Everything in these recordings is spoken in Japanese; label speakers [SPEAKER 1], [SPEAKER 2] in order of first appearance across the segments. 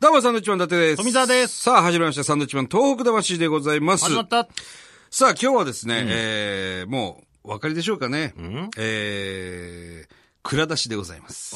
[SPEAKER 1] どうも、サンドウィッチマン伊達です。
[SPEAKER 2] 富澤です
[SPEAKER 1] さあ、始まりました。サンドウィッチマン東北魂でございます。
[SPEAKER 2] 始まった。
[SPEAKER 1] さあ、今日はですね、えー、もう、お分かりでしょうかね。えー、蔵出しでございます。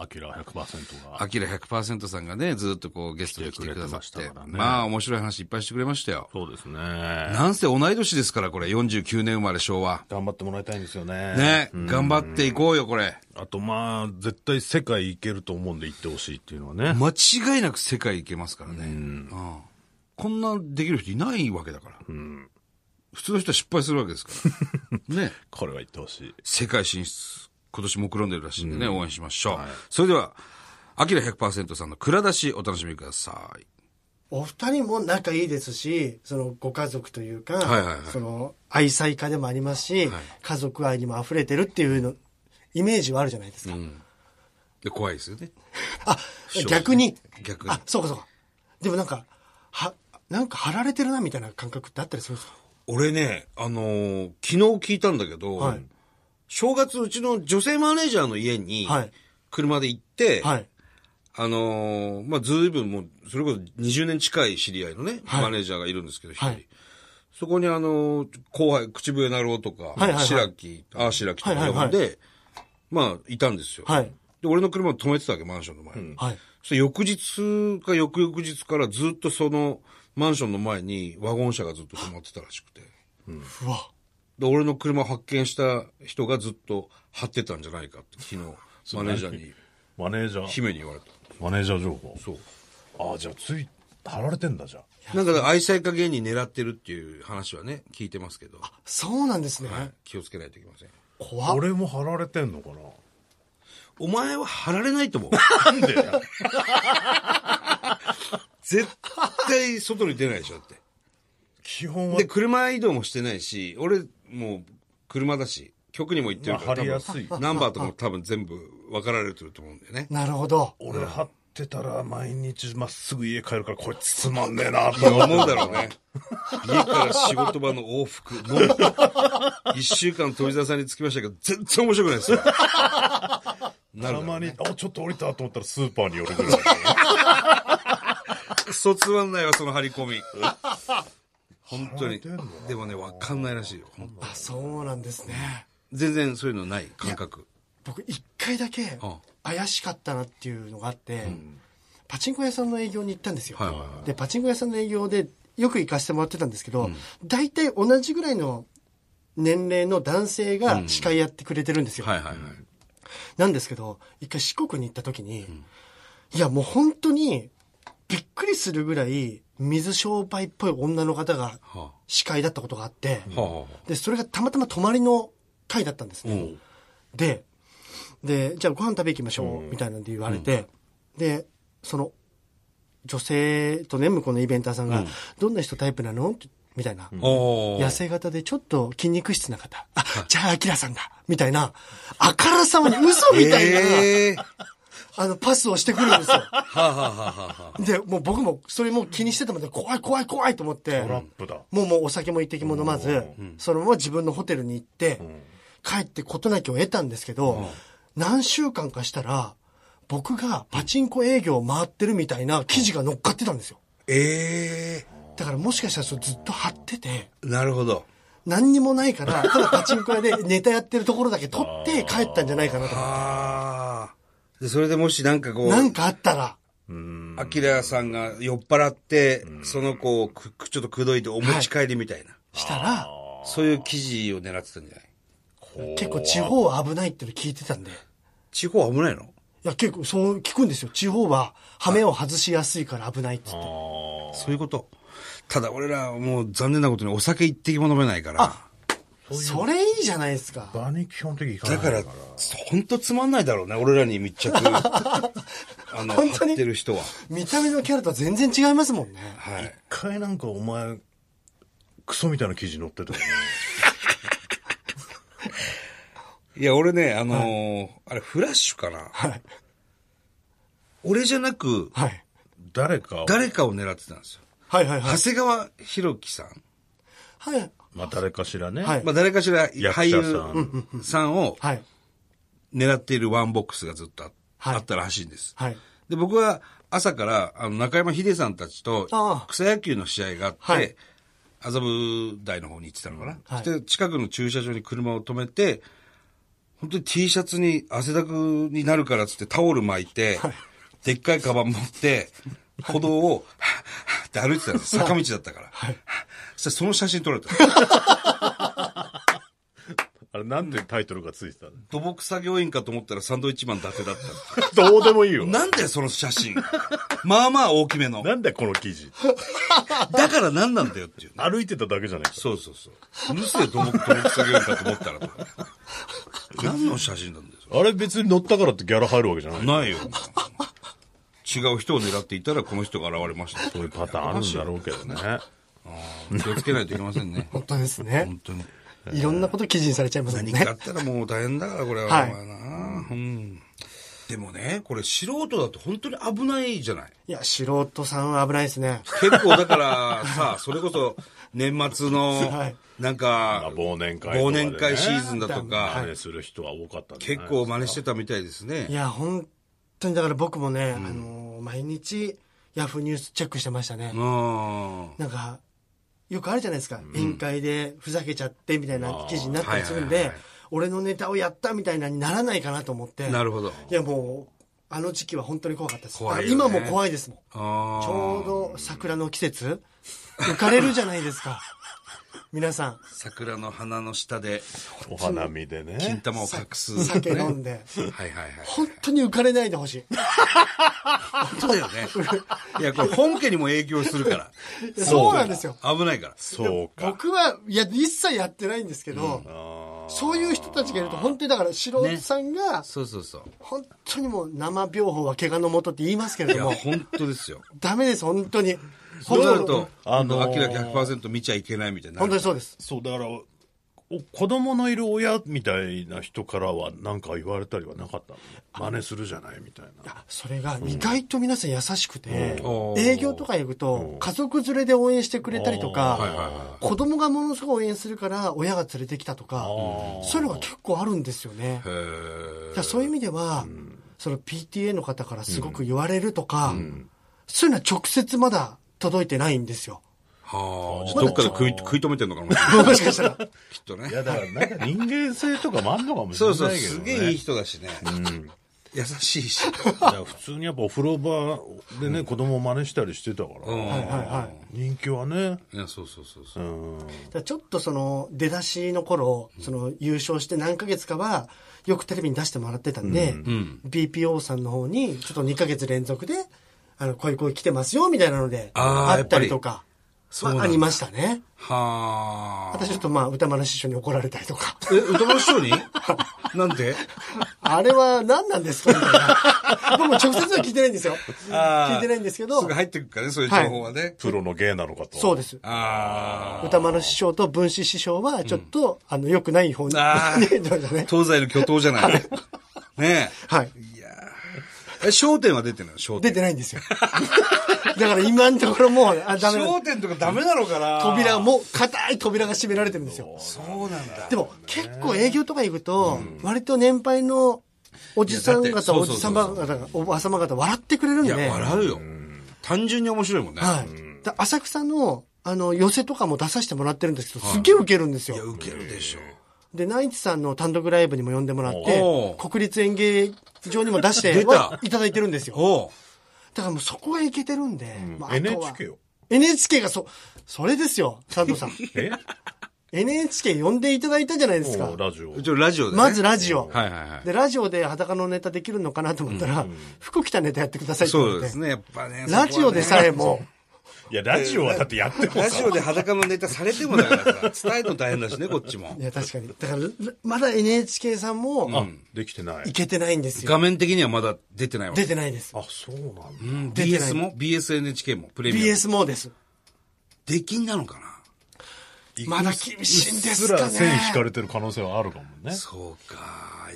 [SPEAKER 2] アキラ100%が。
[SPEAKER 1] アキラ100%さんがね、ずっとこうゲストに来てくださっ
[SPEAKER 2] 来てくれ
[SPEAKER 1] て。
[SPEAKER 2] てましたからね
[SPEAKER 1] まあ、面白い話いっぱいしてくれましたよ。
[SPEAKER 2] そうですね。
[SPEAKER 1] なんせ同い年ですから、これ。49年生まれ昭和。
[SPEAKER 2] 頑張ってもらいたいんですよね。
[SPEAKER 1] ね、頑張っていこうよ、これ。
[SPEAKER 2] あとまあ、絶対世界行けると思うんで行ってほしいっていうのはね。
[SPEAKER 1] 間違いなく世界行けますからね。うんこんなできる人いないわけだから。普通の人は失敗するわけです から。ね。
[SPEAKER 2] これは行ってほしい。
[SPEAKER 1] 世界進出、今年目論んでるらしいんでね、応援しましょう。それでは、アキラ100%さんの蔵出しお楽しみください。
[SPEAKER 3] お二人も仲いいですし、そのご家族というか、
[SPEAKER 1] はいはいはい
[SPEAKER 3] その愛妻家でもありますし、家族愛にも溢れてるっていうの、イメージはあるじゃないですか。
[SPEAKER 1] で怖いですよね。
[SPEAKER 3] あ、逆に。
[SPEAKER 1] 逆に
[SPEAKER 3] あ、そうかそうか。でもなんか、は、なんか貼られてるなみたいな感覚ってあったりするんですか
[SPEAKER 1] 俺ね、あのー昨日聞いたんだけど、
[SPEAKER 3] はい
[SPEAKER 1] 正月うちの女性マネージャーの家に
[SPEAKER 3] はい、
[SPEAKER 1] 車で行って、
[SPEAKER 3] はい。
[SPEAKER 1] あのーまあ、ずいぶんもう、それこそ20年近い知り合いのね、
[SPEAKER 3] はい
[SPEAKER 1] マネージャーがいるんですけど、一人。
[SPEAKER 3] はい
[SPEAKER 1] そこにあのー後輩、口笛なろうとか、
[SPEAKER 3] いはいはい
[SPEAKER 1] 白木、ああ、白木とか呼んで、
[SPEAKER 3] はいはいは
[SPEAKER 1] まあ、いたんですよ。
[SPEAKER 3] はい。
[SPEAKER 1] で、俺の車を止めてたわけ、マンションの前に。
[SPEAKER 3] はい。
[SPEAKER 1] そして翌日か翌々日からずっとその、マンションの前にワゴン車がずっと止まってたらしくて。
[SPEAKER 3] うわ。
[SPEAKER 1] で、俺の車を発見した人がずっと張ってたんじゃないかって、 昨日、マネージャーに、
[SPEAKER 2] マネージャー、
[SPEAKER 1] 姫に言われた。
[SPEAKER 2] マネージャー情報。
[SPEAKER 1] そう。
[SPEAKER 2] ああ、じゃあつい、貼られてんだじゃあ。
[SPEAKER 1] なんかだから愛妻家芸人狙ってるっていう話はね、聞いてますけど、
[SPEAKER 3] そうなんですね。
[SPEAKER 1] 気をつけないといけません。
[SPEAKER 3] 怖っ。
[SPEAKER 2] 俺も貼られてんのか
[SPEAKER 1] お前は貼られないと思う。
[SPEAKER 2] ななんで
[SPEAKER 1] 絶対外に出ないでしょだって。
[SPEAKER 2] 基本は
[SPEAKER 1] で、、車移動もしてないし、俺、もう、車だし、局にも行ってるから、
[SPEAKER 2] まあ貼りやすい
[SPEAKER 1] 多分ナンバーとかも多分全部分かられてると思うんだよ ね。
[SPEAKER 3] なるほど。
[SPEAKER 2] 俺貼ってたら毎日まっすぐ家帰るからこいつつまんねえ なと
[SPEAKER 1] 思
[SPEAKER 2] 思
[SPEAKER 1] うだろうね。家から仕事場の往復、もう、 一週間富澤さんにつきましたけど、全然面白くない ですよ。なる
[SPEAKER 2] た
[SPEAKER 1] ほ
[SPEAKER 2] ま
[SPEAKER 1] ど、
[SPEAKER 2] に
[SPEAKER 1] ね。、
[SPEAKER 2] あ、ちょっと降りたと思ったらスーパーに寄るぐらい。
[SPEAKER 1] クソつまんないわ、その張り込 み。本当に
[SPEAKER 2] 貼られてんの。
[SPEAKER 1] でもね、わかんないらしいよ。本当
[SPEAKER 3] あ、そうなんですね。
[SPEAKER 1] 全然そういうのない感覚。
[SPEAKER 3] 僕一回だけ
[SPEAKER 1] うん
[SPEAKER 3] 怪しかったなっていうのがあって、パチンコ屋さんの営業に行ったんですよ、
[SPEAKER 1] はいはいは
[SPEAKER 3] でパチンコ屋さんの営業でよく行かせてもらってたんですけど、大体同じぐらいの年齢の男性が司会やってくれてるんですよ、
[SPEAKER 1] はいはいはい。
[SPEAKER 3] なんですけど一回四国に行った時に、いやもう本当にびっくりするぐらい水商売っぽい女の方が
[SPEAKER 1] は
[SPEAKER 3] 司会だったことがあって、
[SPEAKER 1] あ。は
[SPEAKER 3] で、それがたまたま泊まりの会だったんですね。で、で、じゃあご飯食べ行きましょう、みたいなんで言われて、で、その、女性とね、向こうのイベンターさんが、どんな人タイプなのってみたいな。
[SPEAKER 1] あ。おー
[SPEAKER 3] 痩せ型でちょっと筋肉質な方。あ、じゃあ、アキラさんだ。みたいな、あからさまに嘘みたいな、
[SPEAKER 1] ええー。
[SPEAKER 3] あの、パスをしてくるんですよ。
[SPEAKER 1] はあ、はあはあはあ、
[SPEAKER 3] で、もう僕も、それも気にしてたもんで、怖い怖い怖いと思って。
[SPEAKER 2] トラップだ。
[SPEAKER 3] もうもうお酒も一滴も飲まず、そのまま自分のホテルに行って、帰って事なきを得たんですけど、何週間かしたら、僕がパチンコ営業を回ってるみたいな記事が乗っかってたんですよ。
[SPEAKER 1] ええ
[SPEAKER 3] だからもしかしたらそれずっと貼ってて、
[SPEAKER 1] ー。なるほど。
[SPEAKER 3] 何にもないから、ただパチンコ屋でネタやってるところだけ撮って帰ったんじゃないかなと思っ
[SPEAKER 1] ああ。で、それでもしなんかこ
[SPEAKER 3] て。なん
[SPEAKER 1] う、
[SPEAKER 3] かあったら、
[SPEAKER 1] アキラさんが酔っ払って、その子をくくちょっとくどいてお持ち帰りみたいな、
[SPEAKER 3] したら、
[SPEAKER 1] そういう記事を狙ってたんじゃない
[SPEAKER 3] 結構地方は危ないっていうの聞いてたんで。
[SPEAKER 1] 地方危ないの
[SPEAKER 3] いや、結構そう聞くんですよ。地方は羽目を外しやすいから危ないって言って。
[SPEAKER 1] そういうこと。ただ俺らもう残念なことにお酒一滴も飲めないから。
[SPEAKER 3] それいいじゃないですか。
[SPEAKER 2] 場に基本的に行かな
[SPEAKER 1] だ
[SPEAKER 2] いか
[SPEAKER 1] からら、ほんとつまんないだろうね。俺らに 密着、あの、
[SPEAKER 3] 本当に
[SPEAKER 1] 張ってる人は。
[SPEAKER 3] 見た目のキャラとは全然違いますもんね。
[SPEAKER 1] はい。
[SPEAKER 2] 一回なんかお前クソみたいな記事載ってたよね
[SPEAKER 1] いや、俺ね、あのーあれ、フラッシュかな
[SPEAKER 3] はい。
[SPEAKER 1] 俺じゃなく、
[SPEAKER 3] はい。
[SPEAKER 2] 誰かを
[SPEAKER 1] 誰かを狙ってたんですよ。
[SPEAKER 3] はいはいはい
[SPEAKER 1] 長。谷川博己さん。
[SPEAKER 3] はい。
[SPEAKER 2] まあ誰かしらね、
[SPEAKER 3] はい
[SPEAKER 1] まあ、誰かしら
[SPEAKER 2] 役者さん
[SPEAKER 1] 俳優さんを
[SPEAKER 3] はい。
[SPEAKER 1] 狙っているワンボックスがずっとあ,、
[SPEAKER 3] はい
[SPEAKER 1] ったらしいんです。
[SPEAKER 3] はい。
[SPEAKER 1] で、僕は朝から、あの、中山秀さんたちと
[SPEAKER 3] ああ、
[SPEAKER 1] 草野球の試合があって、
[SPEAKER 3] はい
[SPEAKER 1] 麻布台の方に行ってたのかな。
[SPEAKER 3] は
[SPEAKER 1] そ
[SPEAKER 3] い
[SPEAKER 1] して、近くの駐車場に車を止めて、本当に T シャツに汗だくになるからっつってタオル巻いて、でっかいカバン持って、歩道を、はぁはぁって歩いてたんです。坂道だったから。そしたらその写真撮られた。
[SPEAKER 2] あれ、なんてタイトルがついてたの、
[SPEAKER 1] 土木作業員かと思ったらサンドイッチマン伊達だった。
[SPEAKER 2] どうでもいいよ。な
[SPEAKER 1] なんだよ、その写真。まあまあ大きめの。
[SPEAKER 2] んだよこの記事。
[SPEAKER 1] だから何なんだよっていう。
[SPEAKER 2] 歩いてただけじゃないか。
[SPEAKER 1] そうそうそう。無視で土木、土木作業員かと思ったらと。 何の写真なんだよ、そ
[SPEAKER 2] あれ別に乗ったからってギャラ入るわけじゃない
[SPEAKER 1] れ。ないよ。違う人を狙っていたらこの人が現れました。
[SPEAKER 2] そういうパターンあるんだろうけどね。
[SPEAKER 1] 気をつけないといけませんね。
[SPEAKER 3] 本当ですね
[SPEAKER 1] 本。当に。
[SPEAKER 3] いろんなこと記事にされちゃいますもん
[SPEAKER 1] 何
[SPEAKER 3] ね。
[SPEAKER 1] かあったらもう大変だから、これは。
[SPEAKER 3] はい
[SPEAKER 1] お前なうん。でもね、これ素人だと本当に危ないじゃない。
[SPEAKER 3] いや、素人さんは危ないですね。
[SPEAKER 1] 結構だからさ、それこそ年末 の
[SPEAKER 3] はい、
[SPEAKER 1] なんか、
[SPEAKER 2] 忘年会とかでね
[SPEAKER 1] 忘年会シーズンだと
[SPEAKER 2] あ
[SPEAKER 1] か、
[SPEAKER 2] れする人は多かったんじゃ
[SPEAKER 1] 結
[SPEAKER 2] ない
[SPEAKER 1] 構真似してたみたいです
[SPEAKER 3] い
[SPEAKER 1] ね。
[SPEAKER 3] や、本当にだから僕もね、あの、毎日、ヤフーニュースチェックしてましたね。
[SPEAKER 1] うん。
[SPEAKER 3] なんか、よくあるじゃないですか。宴会でふざけちゃってみたいな記事になったりするん
[SPEAKER 1] あーはい
[SPEAKER 3] で
[SPEAKER 1] はいはい、
[SPEAKER 3] 俺のネタをやったみたいなにならないかなと思って。
[SPEAKER 1] なるほど。
[SPEAKER 3] いや、もう、あの時期は本当に怖かったです。
[SPEAKER 1] 怖いよね
[SPEAKER 3] 今も怖いですもん。
[SPEAKER 1] ああ。
[SPEAKER 3] ちょうど桜の季節、浮かれるじゃないですか。 皆さん。
[SPEAKER 1] 桜の花の下で、
[SPEAKER 2] お花見で
[SPEAKER 1] 金
[SPEAKER 2] ね。
[SPEAKER 1] 玉を隠す、
[SPEAKER 3] 酒飲んで。
[SPEAKER 1] はいはいはい。
[SPEAKER 3] 本当に浮かれないでほしい。
[SPEAKER 1] そうだよね。いや、これ本家にも影響するか
[SPEAKER 3] いやそうなんですよ。
[SPEAKER 1] ら。危ないから。
[SPEAKER 2] そうか。
[SPEAKER 3] 僕は、いや、一切やってないんですけど、そういう人たちがいると、本当にだから、素人さんが、
[SPEAKER 1] そうそうそう。
[SPEAKER 3] 本当にもう生病法は怪我のもとって言いますけれ
[SPEAKER 1] いや、
[SPEAKER 3] ども、
[SPEAKER 1] 本当ですよ。
[SPEAKER 3] ダメです、本当に。
[SPEAKER 1] そうなる
[SPEAKER 3] 本
[SPEAKER 1] と、
[SPEAKER 2] あ
[SPEAKER 1] あ
[SPEAKER 2] の
[SPEAKER 1] の、
[SPEAKER 2] ー
[SPEAKER 1] 明らか100%見ちゃいけないみたいに
[SPEAKER 3] 当
[SPEAKER 1] なる。
[SPEAKER 3] 本当にそうです。
[SPEAKER 2] そう、だから、お子供のいる親みたいな人からはなんか言われたりはなかったの真似するじゃないみたいな。
[SPEAKER 3] それが、意外と皆さん優しくて、
[SPEAKER 1] うん
[SPEAKER 3] 営業とか行くと、家族連れで応援してくれたりと
[SPEAKER 2] うんはい
[SPEAKER 1] はいはい
[SPEAKER 3] か、子供がものすごい応援するから、親が連れてきたとか、そういうのが結構あるんですよね。
[SPEAKER 1] へ
[SPEAKER 3] だ
[SPEAKER 1] ー
[SPEAKER 3] からそういう意味では、その PTA の方からすごく言われるとか、そういうのは直接まだ届いてないんですよ。
[SPEAKER 1] はあ。じゃあどっかで食い食い止めてんのかな
[SPEAKER 3] もしかしたら。
[SPEAKER 1] きっと
[SPEAKER 2] い
[SPEAKER 1] ね。
[SPEAKER 2] や、だからなんか人間性とかもあんのかもしれ
[SPEAKER 1] そ
[SPEAKER 2] な
[SPEAKER 1] う
[SPEAKER 2] いけ
[SPEAKER 1] そ
[SPEAKER 2] ど、
[SPEAKER 1] う、
[SPEAKER 2] ね。
[SPEAKER 1] すげえいい人だしね。優しいし。
[SPEAKER 2] だから普通にやっぱお風呂場でね、子供を真似したりしてたから、
[SPEAKER 1] うん。
[SPEAKER 3] はいはいはい。
[SPEAKER 2] 人気はね、
[SPEAKER 1] いや、そうそうそうそうう。
[SPEAKER 2] ん、
[SPEAKER 3] だからちょっとその出だしの頃、その優勝して何ヶ月かは、よくテレビに出してもらってたんで、BPO さんの方に、ちょっと2ヶ月連続で、あの、こういう声来てますよ、みたいなので、
[SPEAKER 1] あー
[SPEAKER 3] あったりとか、
[SPEAKER 1] そう
[SPEAKER 3] ま
[SPEAKER 1] なんだ
[SPEAKER 3] あ、ありましたね。
[SPEAKER 1] はあ。
[SPEAKER 3] 私ちょっとまあ、歌丸師匠に怒られたりとか、
[SPEAKER 1] え、歌丸師匠 になんで
[SPEAKER 3] あれは何なんですかみたいな。 僕も直接は聞いてないんですよ。
[SPEAKER 1] あー
[SPEAKER 3] 聞いてないんですけ
[SPEAKER 1] す
[SPEAKER 3] ど
[SPEAKER 1] ぐ、入ってくるからね、そういう情報はね。
[SPEAKER 2] プロの芸なのかと。
[SPEAKER 3] そうです。
[SPEAKER 1] あ
[SPEAKER 3] 歌丸師匠と文枝師匠は、ちょっと、あの、良くない方に。
[SPEAKER 1] あ ー
[SPEAKER 3] ねそうだ
[SPEAKER 1] あ
[SPEAKER 3] ね。
[SPEAKER 1] 東西の巨頭じゃない。ね
[SPEAKER 3] はい。
[SPEAKER 1] え。いやーえ、焦点は出てないの焦
[SPEAKER 3] 出
[SPEAKER 1] 点。
[SPEAKER 3] てないんですよ。 だから今のところもう、あ、ダメだ
[SPEAKER 1] 焦点とかダメなのかな
[SPEAKER 3] 扉が、もう硬い扉が閉められてるんですよ。
[SPEAKER 1] そうなんだ。
[SPEAKER 3] でも結構営業とか行くと、割と年配のおじさん
[SPEAKER 1] いやだって
[SPEAKER 3] 方、おじさま
[SPEAKER 1] そうそう
[SPEAKER 3] 方が、おばさま方笑ってくれるん
[SPEAKER 1] い
[SPEAKER 3] で。
[SPEAKER 1] や、笑うよ。単純に面白いもんね。
[SPEAKER 3] はい。だ浅草の、あの、寄せとかも出させてもらってるんですけど、すげえウケるんです
[SPEAKER 1] いや、
[SPEAKER 3] よ。
[SPEAKER 1] ウケるでしょ。
[SPEAKER 3] で、ナイツさんの単独ライブにも呼んでもらって
[SPEAKER 1] お、ー
[SPEAKER 3] 国立演芸場にも出して
[SPEAKER 1] 出た
[SPEAKER 3] いただいてるんですよ。
[SPEAKER 1] おう
[SPEAKER 3] だからもうそこがいけてるんで、
[SPEAKER 2] ん
[SPEAKER 3] まああとは
[SPEAKER 2] NHK よ。
[SPEAKER 3] NHK がそ、それですよ、佐藤 さん。
[SPEAKER 2] え
[SPEAKER 3] NHK 呼んでいただいたじゃないです
[SPEAKER 2] も
[SPEAKER 3] か
[SPEAKER 2] う。ラジオ。
[SPEAKER 1] ちょ、ラジオでね。
[SPEAKER 3] まずラジオ。
[SPEAKER 1] はいはいはい
[SPEAKER 3] で、ラジオで裸のネタできるのかなと思ったら、服着たネタやってくださいって言わ
[SPEAKER 1] そう
[SPEAKER 3] れ
[SPEAKER 1] で
[SPEAKER 3] て。
[SPEAKER 1] すね、やっぱね。
[SPEAKER 3] ラジオでさえ
[SPEAKER 1] も
[SPEAKER 3] も、
[SPEAKER 2] いや、ラジオはだってやっても
[SPEAKER 1] ラ
[SPEAKER 2] さ
[SPEAKER 1] ジオで裸のネタされてもだから さ、伝えるの大変だしね、こっちも
[SPEAKER 3] い。や、確かに。だから、まだ NHK さん
[SPEAKER 2] あ
[SPEAKER 3] も、
[SPEAKER 2] できてない
[SPEAKER 3] い。けてないんですよ。
[SPEAKER 1] 画面的にはまだ出てないわけ。
[SPEAKER 3] 出てないです。
[SPEAKER 2] あ、そうなんだ。
[SPEAKER 1] うん
[SPEAKER 3] 出てない
[SPEAKER 1] BS も ?BSNHK もプレミアム。
[SPEAKER 3] BS もです。
[SPEAKER 1] 出禁なのかな
[SPEAKER 3] まだ厳しいんで
[SPEAKER 2] す
[SPEAKER 3] す
[SPEAKER 2] ら
[SPEAKER 3] か
[SPEAKER 2] 線引か
[SPEAKER 3] ね。
[SPEAKER 2] れてる可能性はあるかもね。
[SPEAKER 1] そうか。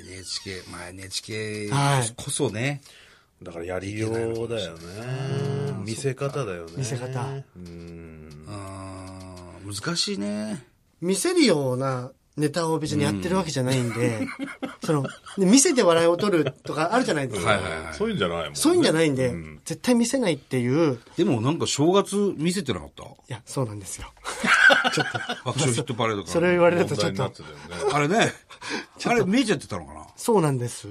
[SPEAKER 1] NHK、まあ NHK
[SPEAKER 3] はい
[SPEAKER 1] こそね。
[SPEAKER 2] だからやりようだよね。見せ方だよね。
[SPEAKER 3] 見せ方
[SPEAKER 2] うん。
[SPEAKER 1] あー難しいね。
[SPEAKER 3] 見せるようなネタを別にやってるわけじゃないんで、その、で店で笑いを取るとかあるじゃないですか。
[SPEAKER 1] はいはいはい。
[SPEAKER 2] そういうんじゃないもん、ね。。
[SPEAKER 3] そういうんじゃないいんで、絶対見せないっていう、
[SPEAKER 1] でもなんか正月見せてなか った
[SPEAKER 3] いや、そうなんですよ。ちょっと、
[SPEAKER 1] 爆笑ヒットパレードから。
[SPEAKER 3] それを言われると
[SPEAKER 2] 問
[SPEAKER 3] ちょ
[SPEAKER 2] 題
[SPEAKER 3] っ
[SPEAKER 2] になっ
[SPEAKER 3] と
[SPEAKER 2] て、たよね。
[SPEAKER 1] あれね。あれ見えちゃってたのかな
[SPEAKER 3] そうな んです。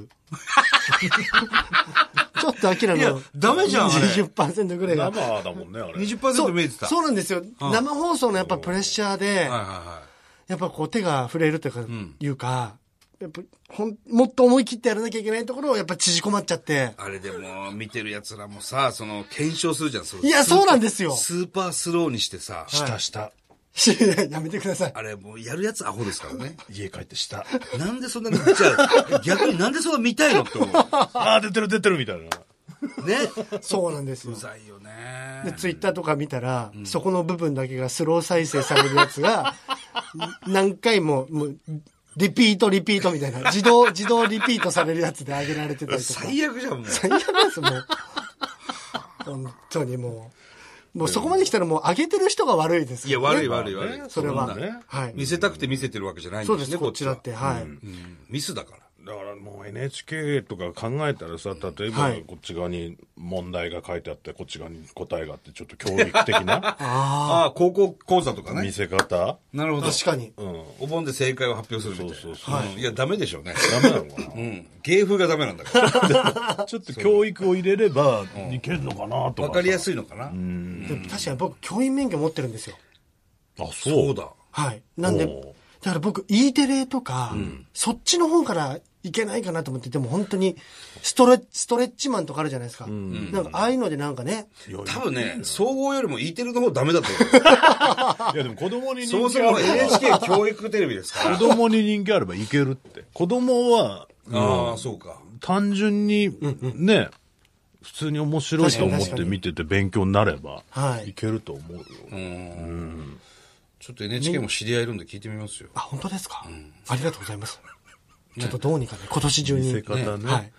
[SPEAKER 3] ちょっとアキラ
[SPEAKER 1] いや
[SPEAKER 3] の、
[SPEAKER 1] ダメじゃんあれ
[SPEAKER 3] 20%ぐらいが。
[SPEAKER 2] 生だもんね、あれ。
[SPEAKER 1] 20%見えてた。
[SPEAKER 3] そうなんですよ。生放送のやっぱプレッシャーで、
[SPEAKER 1] はいはいは
[SPEAKER 3] やっぱこう手が触れるというか、いうか、やっぱほん、もっと思い切ってやらなきゃいけないところをやっぱ縮こまっちゃって
[SPEAKER 1] い。、あれでも、見てる奴らもさ、その、検証するじゃん、それ
[SPEAKER 3] いや、そうなんですよ。
[SPEAKER 1] スーパースローにしてさ、
[SPEAKER 2] 下、下。
[SPEAKER 3] やめてください。
[SPEAKER 1] あれもうやるやつアホですからね。
[SPEAKER 2] 家帰って下。
[SPEAKER 1] なんでそんな見ちゃう逆になんでそんな見たいのって思う。
[SPEAKER 2] ああ、出てる出てるみたいな。
[SPEAKER 1] ね。
[SPEAKER 3] そうなんですよ
[SPEAKER 1] う。ざいよね。
[SPEAKER 3] で、ツイッターとか見たら、そこの部分だけがスロー再生されるやつが、 何回も、もう、リピートリピートみたいな、自動、自動リピートされるやつで上げられてたりとか。
[SPEAKER 1] 最悪じゃん、もう。
[SPEAKER 3] 最悪です、もう。本当にもう。もうそこまで来たらもう上げてる人が悪いです
[SPEAKER 1] い
[SPEAKER 3] か
[SPEAKER 1] や、
[SPEAKER 3] らね
[SPEAKER 1] 悪い悪い悪い。
[SPEAKER 2] まあね
[SPEAKER 3] それ
[SPEAKER 2] そ
[SPEAKER 3] は
[SPEAKER 2] うだね。
[SPEAKER 3] はい。
[SPEAKER 1] 見せたくて見せてるわけじゃないん
[SPEAKER 3] そ
[SPEAKER 1] で
[SPEAKER 3] うですす、
[SPEAKER 1] ね、
[SPEAKER 3] こっちだって。
[SPEAKER 1] は
[SPEAKER 3] はい。
[SPEAKER 1] うんミスだから。
[SPEAKER 2] だからもう NHK とか考えたらさ、例えば
[SPEAKER 3] はい
[SPEAKER 2] こっち側に問題が書いてあって、こっち側に答えがあって、ちょっと教育的な
[SPEAKER 1] ああ、高校講座とか
[SPEAKER 2] 見
[SPEAKER 1] ね。
[SPEAKER 2] せ方。
[SPEAKER 1] なるほど。
[SPEAKER 3] 確かに。
[SPEAKER 2] うん。
[SPEAKER 1] お盆で正解を発表するみたいな。
[SPEAKER 2] そうそうそう
[SPEAKER 1] はい。いや、ダメでしょうね。
[SPEAKER 2] ダメなのか
[SPEAKER 1] うん。芸風がダメなんだから。
[SPEAKER 2] なちょっと教育を入れればいけるのかなとか。
[SPEAKER 1] わかりや
[SPEAKER 2] い。
[SPEAKER 1] すいのかな。
[SPEAKER 3] でも確かに僕、教員免許持ってるんですよ。
[SPEAKER 2] あ、そ
[SPEAKER 1] そう
[SPEAKER 2] うだ。
[SPEAKER 1] だ。
[SPEAKER 3] はい。なんで
[SPEAKER 2] おー、
[SPEAKER 3] だから僕、E テレとか、そっちの方からいけないかなと思って、でも本当に、ストレッ、ストレッチマンとかあるじゃないですか。なんか、ああいうのでなんかね、
[SPEAKER 1] 多分ね、総合よりも E テレの方ダメだと思
[SPEAKER 2] いやでも子供に
[SPEAKER 1] う。そも
[SPEAKER 2] 人
[SPEAKER 1] そ
[SPEAKER 2] 気あ
[SPEAKER 1] も
[SPEAKER 2] るから。
[SPEAKER 1] NHK 教育テレビですから。
[SPEAKER 2] 子供に人気あればいけるって。子供は、
[SPEAKER 1] ああ、そうか。
[SPEAKER 2] 単純にね、普通に面白いと思っ
[SPEAKER 3] 確か
[SPEAKER 2] て
[SPEAKER 3] に
[SPEAKER 2] 見てて勉強になれば
[SPEAKER 3] はい
[SPEAKER 2] いけると思うよ、
[SPEAKER 1] ちょっと NHK も知り合いいるんで聞いてみますよ。
[SPEAKER 3] あ、本当ですか、ありがとうございます。ちょっとどうにかね、今年中
[SPEAKER 2] 見
[SPEAKER 3] に。
[SPEAKER 2] せ方ね
[SPEAKER 3] はい。